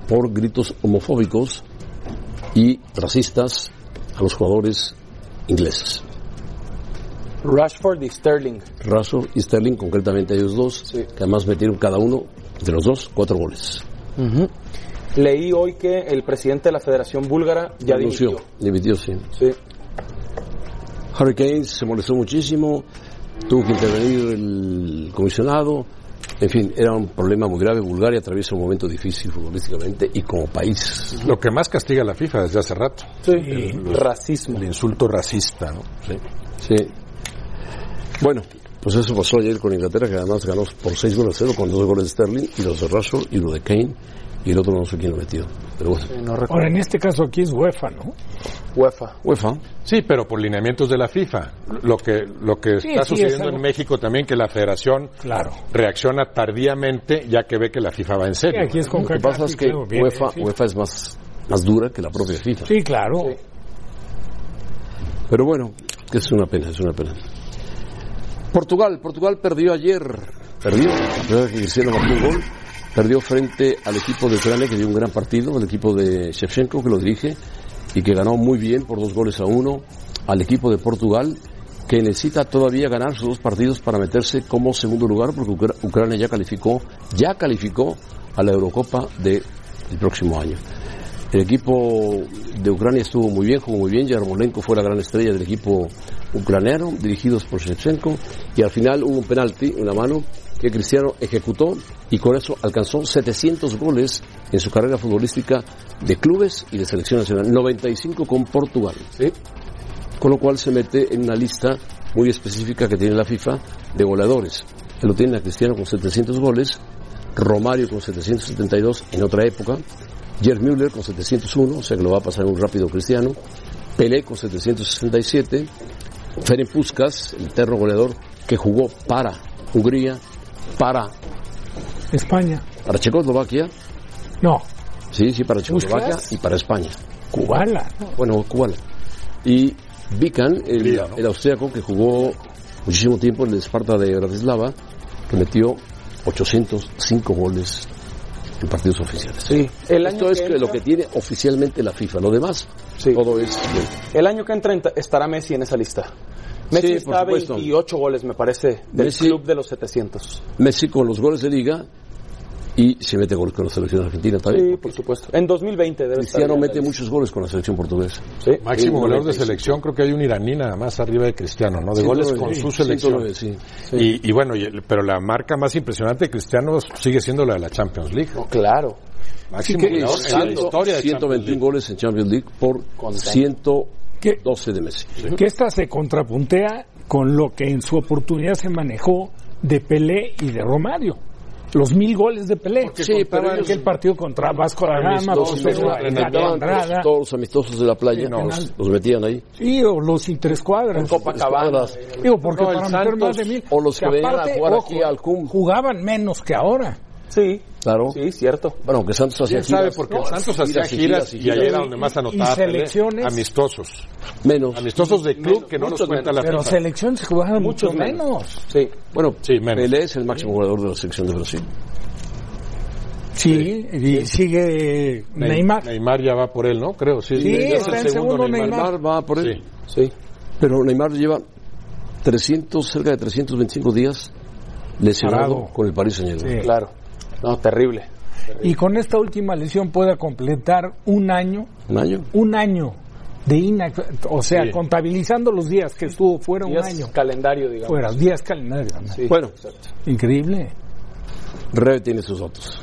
B: por gritos homofóbicos y racistas a los jugadores ingleses.
C: Rashford y Sterling.
B: Raso y Sterling, concretamente ellos dos, que además metieron cada uno de los dos cuatro goles.
C: Leí hoy que el presidente de la Federación Búlgara ya
B: Renunció,
C: dimitió.
B: dimitió, sí.
C: Sí.
B: Harry Kane se molestó muchísimo, tuvo que intervenir el comisionado. En fin, era un problema muy grave. Bulgaria atraviesa un momento difícil futbolísticamente y como país.
D: Lo que más castiga a la FIFA desde hace rato.
C: Sí.
D: racismo. El insulto racista, ¿no?
B: Sí. Bueno, pues eso pasó ayer con Inglaterra, que además ganó por 6 goles a 0 con dos goles de Sterling y los de Rashford y lo de Kane y el otro no sé quién lo metió. Pero bueno.
E: Ahora, en este caso aquí es UEFA, ¿no?
C: UEFA.
B: UEFA.
D: Sí, pero por lineamientos de la FIFA. Lo que, lo que
E: Sí,
D: está
E: sí, es
D: sucediendo
E: algo-
D: en México también, que la federación
E: Claro.
D: reacciona tardíamente ya que ve que la FIFA va en serio.
E: Sí, aquí es con
D: Lo que
E: Kaká,
D: pasa
E: sí,
D: es que
E: creo, viene,
D: UEFA,
E: sí.
B: UEFA es más, más dura que la propia FIFA.
E: Sí, claro.
B: Pero bueno, que es una pena, es una pena. Portugal, Portugal perdió ayer. Perdió, a pesar de que Cristiano marcó un gol, perdió frente al equipo de Ucrania que dio un gran partido, el equipo de Shevchenko que lo dirige y que ganó muy bien por dos goles a uno al equipo de Portugal que necesita todavía ganar sus dos partidos para meterse como segundo lugar porque Ucra- Ucrania ya calificó, ya calificó a la Eurocopa del próximo año. El equipo de Ucrania estuvo muy bien, jugó muy bien. Yarmolenko fue la gran estrella del equipo ucraniano, dirigidos por Shevchenko. Y al final hubo un penalti, una mano, que Cristiano ejecutó y con eso alcanzó 700 goles en su carrera futbolística de clubes y de selección nacional. 95 con Portugal. Con lo cual se mete en una lista muy específica que tiene la FIFA de goleadores. Lo tiene a Cristiano con 700 goles, Romario con 772 en otra época, Gerd Müller con 701, o sea que lo va a pasar un rápido Cristiano, Pelé con 767, Ferenc Puskas, el terro goleador que jugó para Hungría, para,
E: España.
B: para Checoslovaquia,
E: No,
B: sí, sí, para Checoslovaquia
E: Puskás.
B: y para España.
E: Kubala.
B: Bueno, cubana. Y Vican, el, el austriaco que jugó muchísimo tiempo en el Esparta de Bratislava, que metió 805 goles en partidos oficiales.
C: Sí. El año
B: Esto
C: que
B: es que
C: entra-
B: lo que tiene oficialmente la FIFA. Lo demás, todo es...
C: El año que entra ent- estará Messi en esa lista. Messi
B: Sí, por
C: está a
B: supuesto.
C: 28 goles, me parece, del
B: Messi-
C: club de los 700.
B: Messi con los goles de liga y se mete goles con la selección argentina también.
C: Sí, por supuesto. En 2020 debe estar. ya
B: Cristiano
C: en la
B: mete muchos goles con la selección portuguesa.
D: Máximo goleador de
B: 95.
D: selección, creo que hay un iraní nada más arriba de Cristiano, ¿no? De
B: 109,
D: goles con su
B: sí,
D: selección.
B: 109, sí.
D: Y, y bueno, y el- pero la marca más impresionante de Cristiano sigue siendo la de la Champions League.
C: claro.
D: Máximo
B: Oh, Sí, que
D: goleador en la
B: 100,
D: historia de
B: 121 goles en Champions League por 112 de Messi.
E: Que esta se contrapuntea con lo que en su oportunidad se manejó de Pelé y de Romario. Los mil goles de Pelé.
B: Sí, pero ellos-
E: aquel partido contra Vasco da Gama, pues,
B: Amistosos,
E: Perú, Gabriel
B: entrenaban
E: Andrada.
B: todos, todos los amistosos de la playa,
E: Sí, no,
B: los, los metían ahí.
E: Sí, o los interescuadras.
B: Copacabana.
E: Digo, porque
B: No, el
E: para meter
B: Santos,
E: más de mil.
B: o los que venían a jugar aquí al
E: Jugaban menos que ahora.
C: Sí.
B: Claro.
C: Sí, cierto.
B: Bueno, que Santos hacía
D: ¿Quién sabe?
B: giras.
D: Porque
B: No,
D: Santos hacía giras, y, ahí era donde más anotaba.
E: y
D: Pelé.
E: selecciones.
D: Amistosos.
B: Menos.
D: Amistosos de club que no nos
E: Muchos
D: cuenta
E: menos.
D: la
E: Pero
D: FIFA.
E: selección se jugaba mucho
D: Muchos menos.
E: menos.
C: Sí.
B: Bueno,
D: menos.
B: Pelé es el máximo goleador de la selección de Brasil.
E: Sí, y sigue
D: Ney-
E: Neymar.
D: Neymar ya va por él, ¿no? Creo, sí.
E: Sí,
D: Ya es
E: está en segundo Neymar.
B: va por él. Sí. Pero Neymar lleva 300, cerca de 325 días lesionado
E: Parado.
B: con el Paris Saint Germain.
E: Sí.
C: Claro. No, terrible.
E: Y con esta última lesión pueda completar un año.
B: Un año.
E: Un año de inactividad. O sea,
C: Sí.
E: contabilizando los días que estuvo fuera un
C: Días
E: año.
C: calendario, digamos.
E: Fuera, días calendario. ¿no? Eh,
B: Bueno.
E: Increíble.
B: Rebe tiene sus otros.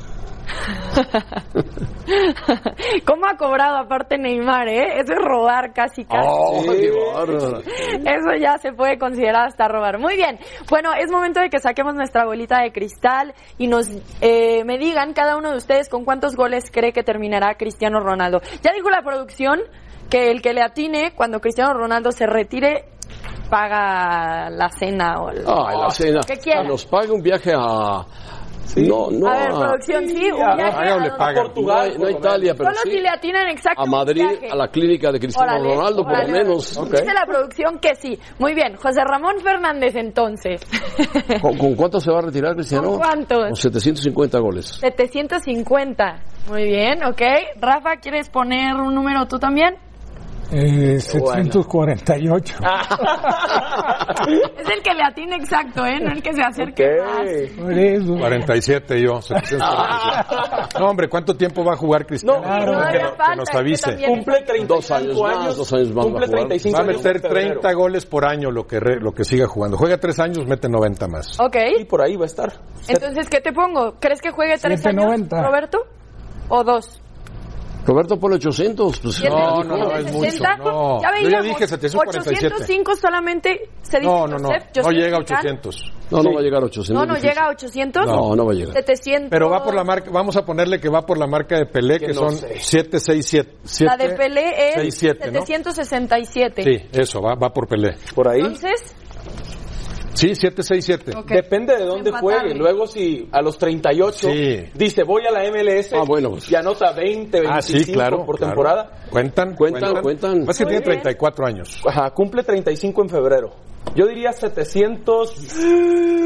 H: ¿Cómo ha cobrado aparte Neymar, eh? Eso es robar casi, casi. Eso ya se puede considerar hasta robar. Muy bien. Bueno, es momento de que saquemos nuestra bolita de cristal y nos eh, me digan cada uno de ustedes con cuántos goles cree que terminará Cristiano Ronaldo. Ya dijo la producción que el que le atine cuando Cristiano Ronaldo se retire paga la cena o el-
B: Ah, en la cena.
H: Oh, ¿Qué quiera.
B: Ah, Nos paga un viaje a. No, no.
H: a ver, producción, sí, un viaje
B: a-
H: a-
B: No, Portugal, no a Italia, pero
H: Solo
B: sí.
H: si le atinan exacto
B: a
H: un
B: Madrid,
H: viaje.
B: a la clínica de Cristiano
H: Órale,
B: Ronaldo, por
H: órale.
B: lo menos.
H: Dice la producción que sí. Muy bien, José Ramón Fernández entonces.
B: ¿Con, con cuánto se va a retirar Cristiano?
H: ¿Con cuántos?
B: Con 750 goles.
H: 750. Muy bien, ok. Rafa, ¿quieres poner un número tú también?
E: Eh, 748.
D: Ah,
H: es el que le atine exacto, ¿eh? No el que se acerque más.
D: 47 yo. 747. No, hombre, ¿cuánto tiempo va a jugar Cristiano? Que
H: claro. Todavía
D: no- que,
H: falta,
D: nos
H: es que
D: avise.
H: también- Cumple
C: 35
D: dos años,
C: más,
B: años. dos años más
D: Cumple
B: va a jugar.
D: 35 va a
B: años
D: meter
B: en febrero.
D: 30 goles por año lo que, re- lo que siga jugando. Juega 3 años, mete 90 más.
H: Ok.
C: Y por ahí va a estar.
H: Entonces, ¿qué te pongo? ¿Crees que juegue tres años,
B: 790.
H: Roberto? ¿O dos?
B: Roberto por 800. Pues,
H: No, no, no, es mucho,
D: 60, no.
H: ya
D: Yo ya
H: veíamos,
D: dije 747.
H: 805 solamente se dice
D: No, no, no.
H: Josep,
D: No
H: Josep
D: llega a
H: Zidane.
D: 800.
B: No, no va a llegar a 800.
H: No, no llega a 800.
D: No, no va a llegar.
H: 700.
D: Pero va por la marca, vamos a ponerle que va por la marca de Pelé, que,
H: no
D: son
H: sé.
D: 767.
H: La de Pelé es
D: 67, ¿no?
H: 767.
D: Sí, eso, va, va por Pelé.
C: ¿Por ahí?
H: Entonces,
D: Sí, 767.
H: Ok.
C: Depende de dónde
H: Empatable.
C: juegue. Luego, si a los 38
D: Sí. pues.
C: dice voy a la MLS y anota 20, 25
D: Ah, sí, claro.
C: por
D: claro.
C: temporada.
D: ¿Cuentan?
C: Cuentan, cuentan.
D: Más que
C: Muy
D: tiene
C: bien.
D: 34 años.
C: Ajá, cumple 35 en febrero. Yo diría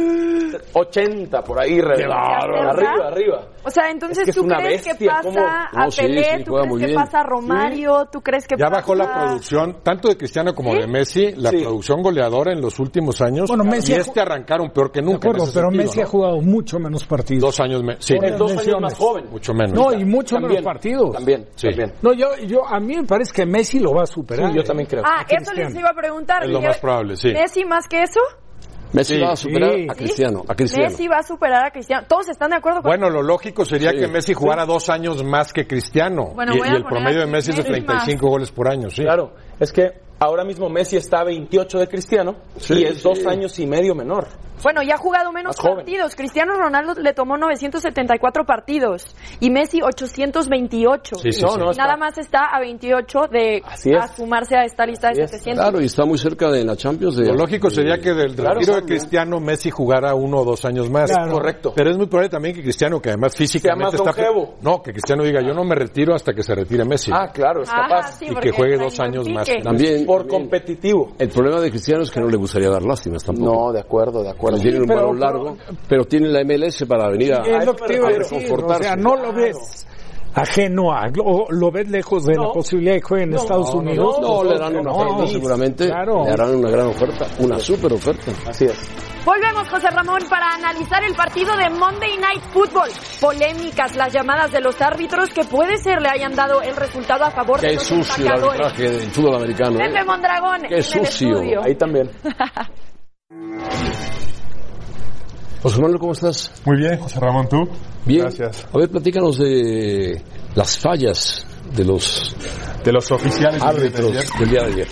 C: 780 por ahí, Rebe.
H: Qué bárbaro.
C: Arriba, arriba.
H: o sea, entonces
C: Es que es
H: tú
C: una
H: crees que
C: bestia,
H: pasa
C: ¿cómo?
H: a
D: No, sí,
H: Pelé,
D: sí,
H: tú
D: juega
H: crees
D: muy
H: que
D: bien.
H: pasa a Romario, tú crees que
D: Ya
H: pasa...
D: bajó la producción, tanto de Cristiano como de Messi, la producción goleadora en los últimos años.
E: Bueno, Messi
D: y
E: ha-
D: este arrancaron peor que nunca.
E: De acuerdo,
D: en ese
E: pero
D: pues sentido,
E: Messi
D: ¿no?
E: ha jugado mucho menos partidos.
D: Dos años, me- sí.
E: Por las lesiones.
D: Mucho menos.
E: No, y mucho
D: También,
E: menos partidos.
C: También,
D: también.
E: No, yo, yo, a mí me parece que Messi lo va a superar. eh.
D: Sí, yo también creo.
H: Ah,
E: A
H: eso les
E: Cristiano.
H: iba a preguntar.
E: Es lo
H: ¿Ya-
E: más probable, sí.
H: ¿Messi más que eso?
B: Messi
D: Sí.
B: va a superar
D: Sí.
B: a Cristiano. A Cristiano.
H: Messi va a superar a Cristiano. ¿Todos están de acuerdo con
D: Bueno, lo lógico sería
B: Sí.
D: que Messi jugara dos años más que Cristiano.
H: Bueno,
D: y,
H: voy
D: y
H: a
D: el
H: poner
D: promedio de
H: aquí
D: Messi es de
H: Messi más.
D: 35 goles por año, sí.
C: Claro, es que ahora mismo Messi está a 28 de Cristiano
D: Sí,
C: y es
D: sí.
C: dos años y medio menor.
H: Bueno, ya ha jugado menos
C: Más joven.
H: partidos. Cristiano Ronaldo le tomó 974 partidos y Messi 828.
B: Sí, sí, No, sí. no,
H: Y
B: está-
H: nada más está a 28 de
B: Así es.
H: a sumarse a esta lista de 700.
B: Claro, y está muy cerca de la Champions. De,
D: Lo lógico sería que del
B: Claro,
D: retiro de
B: claro.
D: Cristiano Messi jugara uno o dos años más.
B: Claro. Correcto.
D: Pero es muy probable también que Cristiano, que además físicamente
C: Sea más
D: está...
C: longevo.
D: No, que Cristiano diga, yo no me retiro hasta que se retire Messi.
C: Ah, claro, es
H: Ajá,
C: capaz.
H: sí,
D: y
H: porque
D: que juegue
H: está
D: dos
H: en
D: años
H: pique.
D: más.
B: También,
D: Por
C: competitivo.
B: El problema de Cristiano es que no le gustaría dar lástimas tampoco.
C: No, de acuerdo, de acuerdo.
B: Tiene
E: Sí,
B: un
E: pero-
B: balón largo, pero tiene la MLS para venir a,
E: Ah, es lo que te iba a decir. O sea, no lo ves ajeno a. Lo, lo ves lejos de la posibilidad de que juegue en
B: No,
E: Estados
B: no,
E: Unidos.
B: No, le harán una
E: No,
B: oferta, seguramente.
E: Claro.
B: Le harán una gran oferta, una super oferta.
C: Así es.
H: Volvemos, José Ramón, para analizar el partido de Monday Night Football. Polémicas, las llamadas de los árbitros que puede ser le hayan dado el resultado a favor de
B: Qué
H: los
B: sucio el
H: empacadores.
B: arbitraje del fútbol americano. ¿eh?
H: Pepe Mondragón, en
B: Qué
H: el estudio.
B: sucio.
C: también.
B: José Manuel, ¿cómo estás?
O: Muy bien, José Ramón, ¿tú?
B: Bien. A ver, platícanos de las fallas de los
O: de los oficiales
B: árbitros del día de ayer.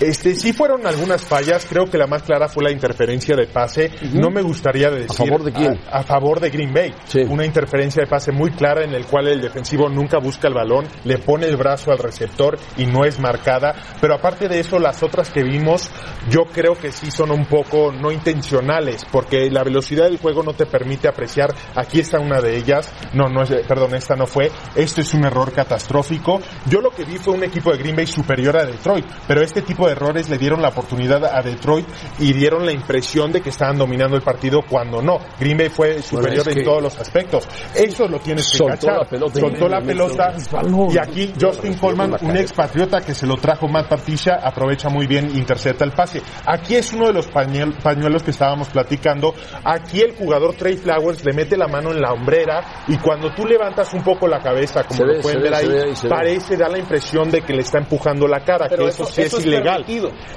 O: Este, sí fueron algunas fallas, creo que la más clara fue la interferencia de pase. No me gustaría de decir... ¿A
B: favor de quién?
O: A, favor de Green Bay. Una interferencia de pase muy clara en el cual el defensivo nunca busca el balón, le pone el brazo al receptor y no es marcada. Pero aparte de eso, las otras que vimos, yo creo que sí son un poco no intencionales, porque la velocidad del juego no te permite apreciar. Aquí está una de ellas. No, no es, eh, perdón, esta no fue. Esto es un error catastrófico. Yo lo que vi fue un equipo de Green Bay superior a Detroit, pero este tipo tipo de errores le dieron la oportunidad a Detroit y dieron la impresión de que estaban dominando el partido cuando no. Green Bay fue superior
B: es que-
O: en todos los aspectos. Eso lo tienes que
B: Soltó
O: cachar.
B: la pelota.
O: Soltó la pelota. Y aquí Justin Coleman, un expatriota que se lo trajo Matt Patricia, aprovecha muy bien, intercepta el pase. Aquí es uno de los pañuel- pañuelos que estábamos platicando. Aquí el jugador Trey Flowers le mete la mano en la hombrera y cuando tú levantas un poco la cabeza, como
B: Se
O: lo
B: ve,
O: pueden
B: se
O: ver
B: ve,
O: ahí,
B: se ve ahí, se ve.
O: parece dar la impresión de que le está empujando la cara, que eso, sí es, ilegal.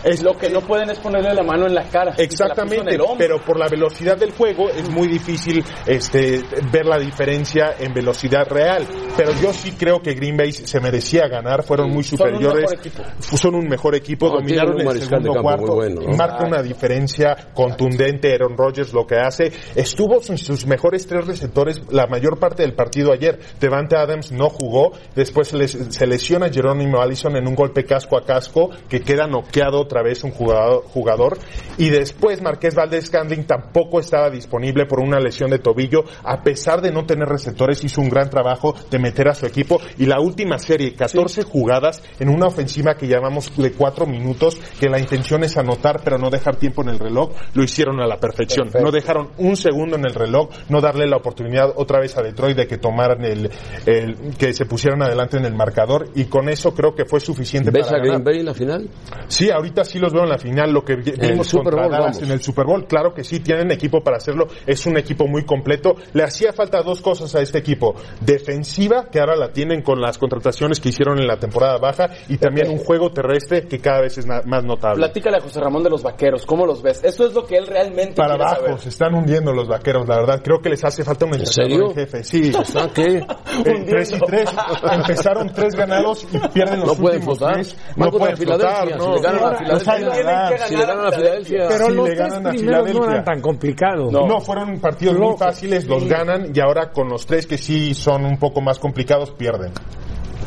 C: Es lo que no pueden es ponerle la mano en la cara. Y se la puso en
O: Exactamente,
C: el hombro.
O: pero por la velocidad del juego es muy difícil este, ver la diferencia en velocidad real. Pero yo sí creo que Green Bay se merecía ganar, fueron muy
C: Son un mejor
O: superiores,
C: equipo.
O: fu- son un mejor equipo,
B: No, tienen
O: dominaron
B: un
O: el
B: mariscal de
O: segundo
B: campo muy
O: cuarto,
B: bueno, ¿no?
O: marca una diferencia contundente Aaron Rodgers lo que hace. Estuvo sin sus mejores tres receptores la mayor parte del partido ayer. Devante Adams no jugó, después se les- se lesiona Jerónimo Allison en un golpe casco a casco que queda noqueado otra vez un jugador, jugador. y después Marqués Valdés Scandling tampoco estaba disponible por una lesión de tobillo, a pesar de no tener receptores hizo un gran trabajo de meter a su equipo y la última serie, 14 jugadas en una ofensiva que llamamos de 4 minutos, que la intención es anotar pero no dejar tiempo en el reloj, lo hicieron a la perfección. No dejaron un segundo en el reloj, no darle la oportunidad otra vez a Detroit de que tomaran el, el- que se pusieran adelante en el marcador y con eso creo que fue suficiente
B: ¿Ves
O: para
B: a Green
O: ganar.
B: Bay en la final?
O: Sí, ahorita sí los veo en la final, lo que vi-
B: En el
O: vimos
B: Super
O: contra
B: Bowl,
O: Dallas
B: vamos.
O: en el Super Bowl, claro que sí, tienen equipo para hacerlo, es un equipo muy completo. Le hacía falta dos cosas a este equipo, defensiva, que ahora la tienen con las contrataciones que hicieron en la temporada baja, y
B: Eh,
O: también un juego terrestre que cada vez es na- más notable.
C: Platícale a José Ramón de los vaqueros, ¿cómo los ves? Esto es lo que él realmente
O: Para
C: quiere
O: abajo,
C: saber.
O: se están hundiendo los vaqueros, la verdad, creo que les hace falta un entrenador
B: serio?
O: en jefe. Sí,
B: ¿Está qué?
O: Eh, tres y tres, empezaron tres ganados y pierden los
B: No pueden
O: últimos
B: flotar.
O: tres.
B: Van
O: No
B: contra
O: pueden flotar,
B: Filadelfia,
O: no.
B: si le ganan a
O: Ahora, los hay
B: Filadelfia.
O: que ganar.
B: Si le ganan a Filadelfia.
E: Pero
O: Si
E: los
O: le
E: tres
O: ganan a
E: primeros no
O: Filadelfia.
E: eran tan complicados.
O: No. fueron partidos muy
E: Flojos.
O: fáciles, los ganan y ahora con los tres que sí son un poco más complicados pierden.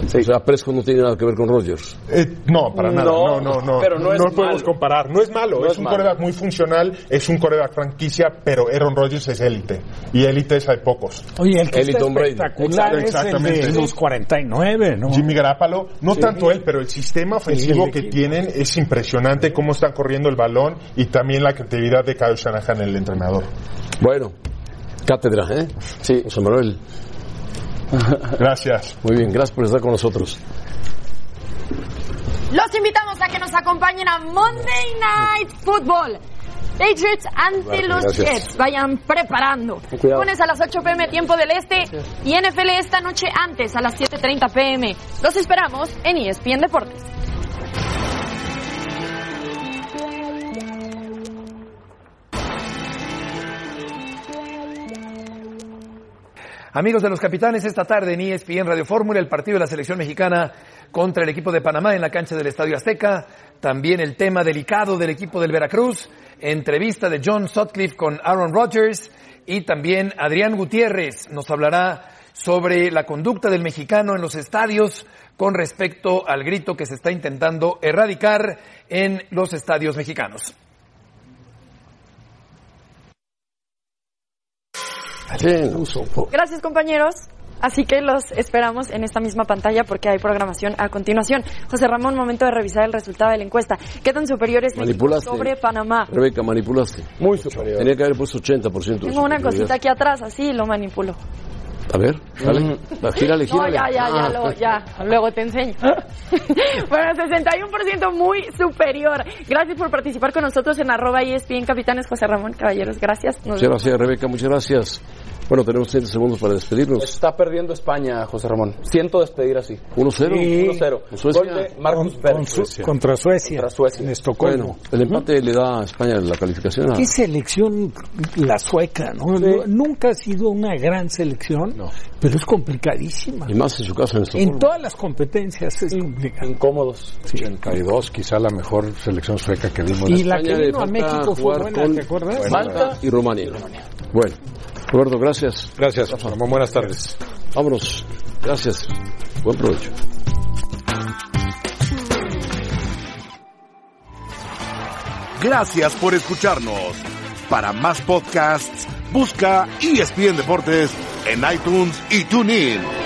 B: O sea, Prescott no tiene nada que ver con Rodgers.
O: Eh, no, para nada.
B: No,
O: No, no, no.
B: pero no es
O: podemos
B: malo.
O: comparar. No es malo.
B: No
O: es,
B: es
O: un
B: malo.
O: coreback muy funcional, es un coreback franquicia, pero Aaron Rodgers es élite. Y élite es hay pocos.
E: Oye, el que está espectacular es el de los 49, ¿no?
O: Jimmy Garapalo, no
E: Sí.
O: tanto él, pero el sistema ofensivo
E: Sí, el
O: que tienen es impresionante, cómo están corriendo el balón y también la creatividad de Kyle Shanahan, el entrenador.
B: Bueno, cátedra, ¿eh? Sí. José Manuel.
O: Gracias.
B: Muy bien, gracias por estar con nosotros.
H: Los invitamos a que nos acompañen a Monday Night Football. Patriots ante
P: Martín,
H: los
P: gracias.
H: Jets. Vayan preparando.
P: Con cuidado.
H: Lunes a las 8 pm, tiempo del este. Y NFL esta noche antes, a las 7.30 pm. Los esperamos en E ESPN Deportes.
L: Amigos de los capitanes, esta tarde en E ESPN Radio Fórmula, el partido de la selección mexicana contra el equipo de Panamá en la cancha del Estadio Azteca. También el tema delicado del equipo del Veracruz. Entrevista de John Sutcliffe con Aaron Rodgers. Y también Adrián Gutiérrez nos hablará sobre la conducta del mexicano en los estadios con respecto al grito que se está intentando erradicar en los estadios mexicanos.
H: Gracias, compañeros. Así que los esperamos en esta misma pantalla porque hay programación a continuación. José Ramón, momento de revisar el resultado de la encuesta. ¿Qué tan superior es México
B: Manipulaste.
H: sobre Panamá?
B: Rebeca, manipulaste. Muy superior. Tenía que haber puesto 80%. de
H: Tengo una
B: superioridad.
H: cosita aquí atrás, así lo manipulo.
B: A ver, dale. Gírale,
H: No,
B: gírale.
H: ya, ya, ya,
B: Ah,
H: lo- ya. Luego te enseño. bueno, 61% muy superior. Gracias por participar con nosotros en arroba ESPN Capitanes José Ramón Caballeros. Gracias. Nos
B: Muchas
H: vemos.
B: gracias, Rebeca, muchas gracias. Bueno, tenemos 30 segundos para despedirnos.
C: Está perdiendo España, José Ramón. Siento despedir así.
B: 1-0.
C: Sí. 1-0. Gol de Marcus Pérez.
E: Contra Suecia.
C: Contra Suecia.
E: En Estocolmo.
B: Bueno, el empate le da a España la calificación. a-
E: Qué selección la sueca, ¿no? No- Nunca ha sido una gran selección, pero es complicadísima.
B: Y más en su caso en Estocolmo.
E: En todas las competencias es complicado.
C: Incómodos.
D: 82, quizá la mejor selección sueca que vimos.
E: Y la que
B: España le
E: vino a
B: falta
E: México fue
B: jugar
E: buena,
B: con
E: ¿te acuerdas?
B: Malta y Rumanía. Bueno, Roberto, gracias.
D: Gracias, Ramón. Buenas tardes.
B: Vámonos. Gracias. Buen provecho.
A: Gracias por escucharnos. Para E más podcasts, busca ESPN Deportes en iTunes y TuneIn.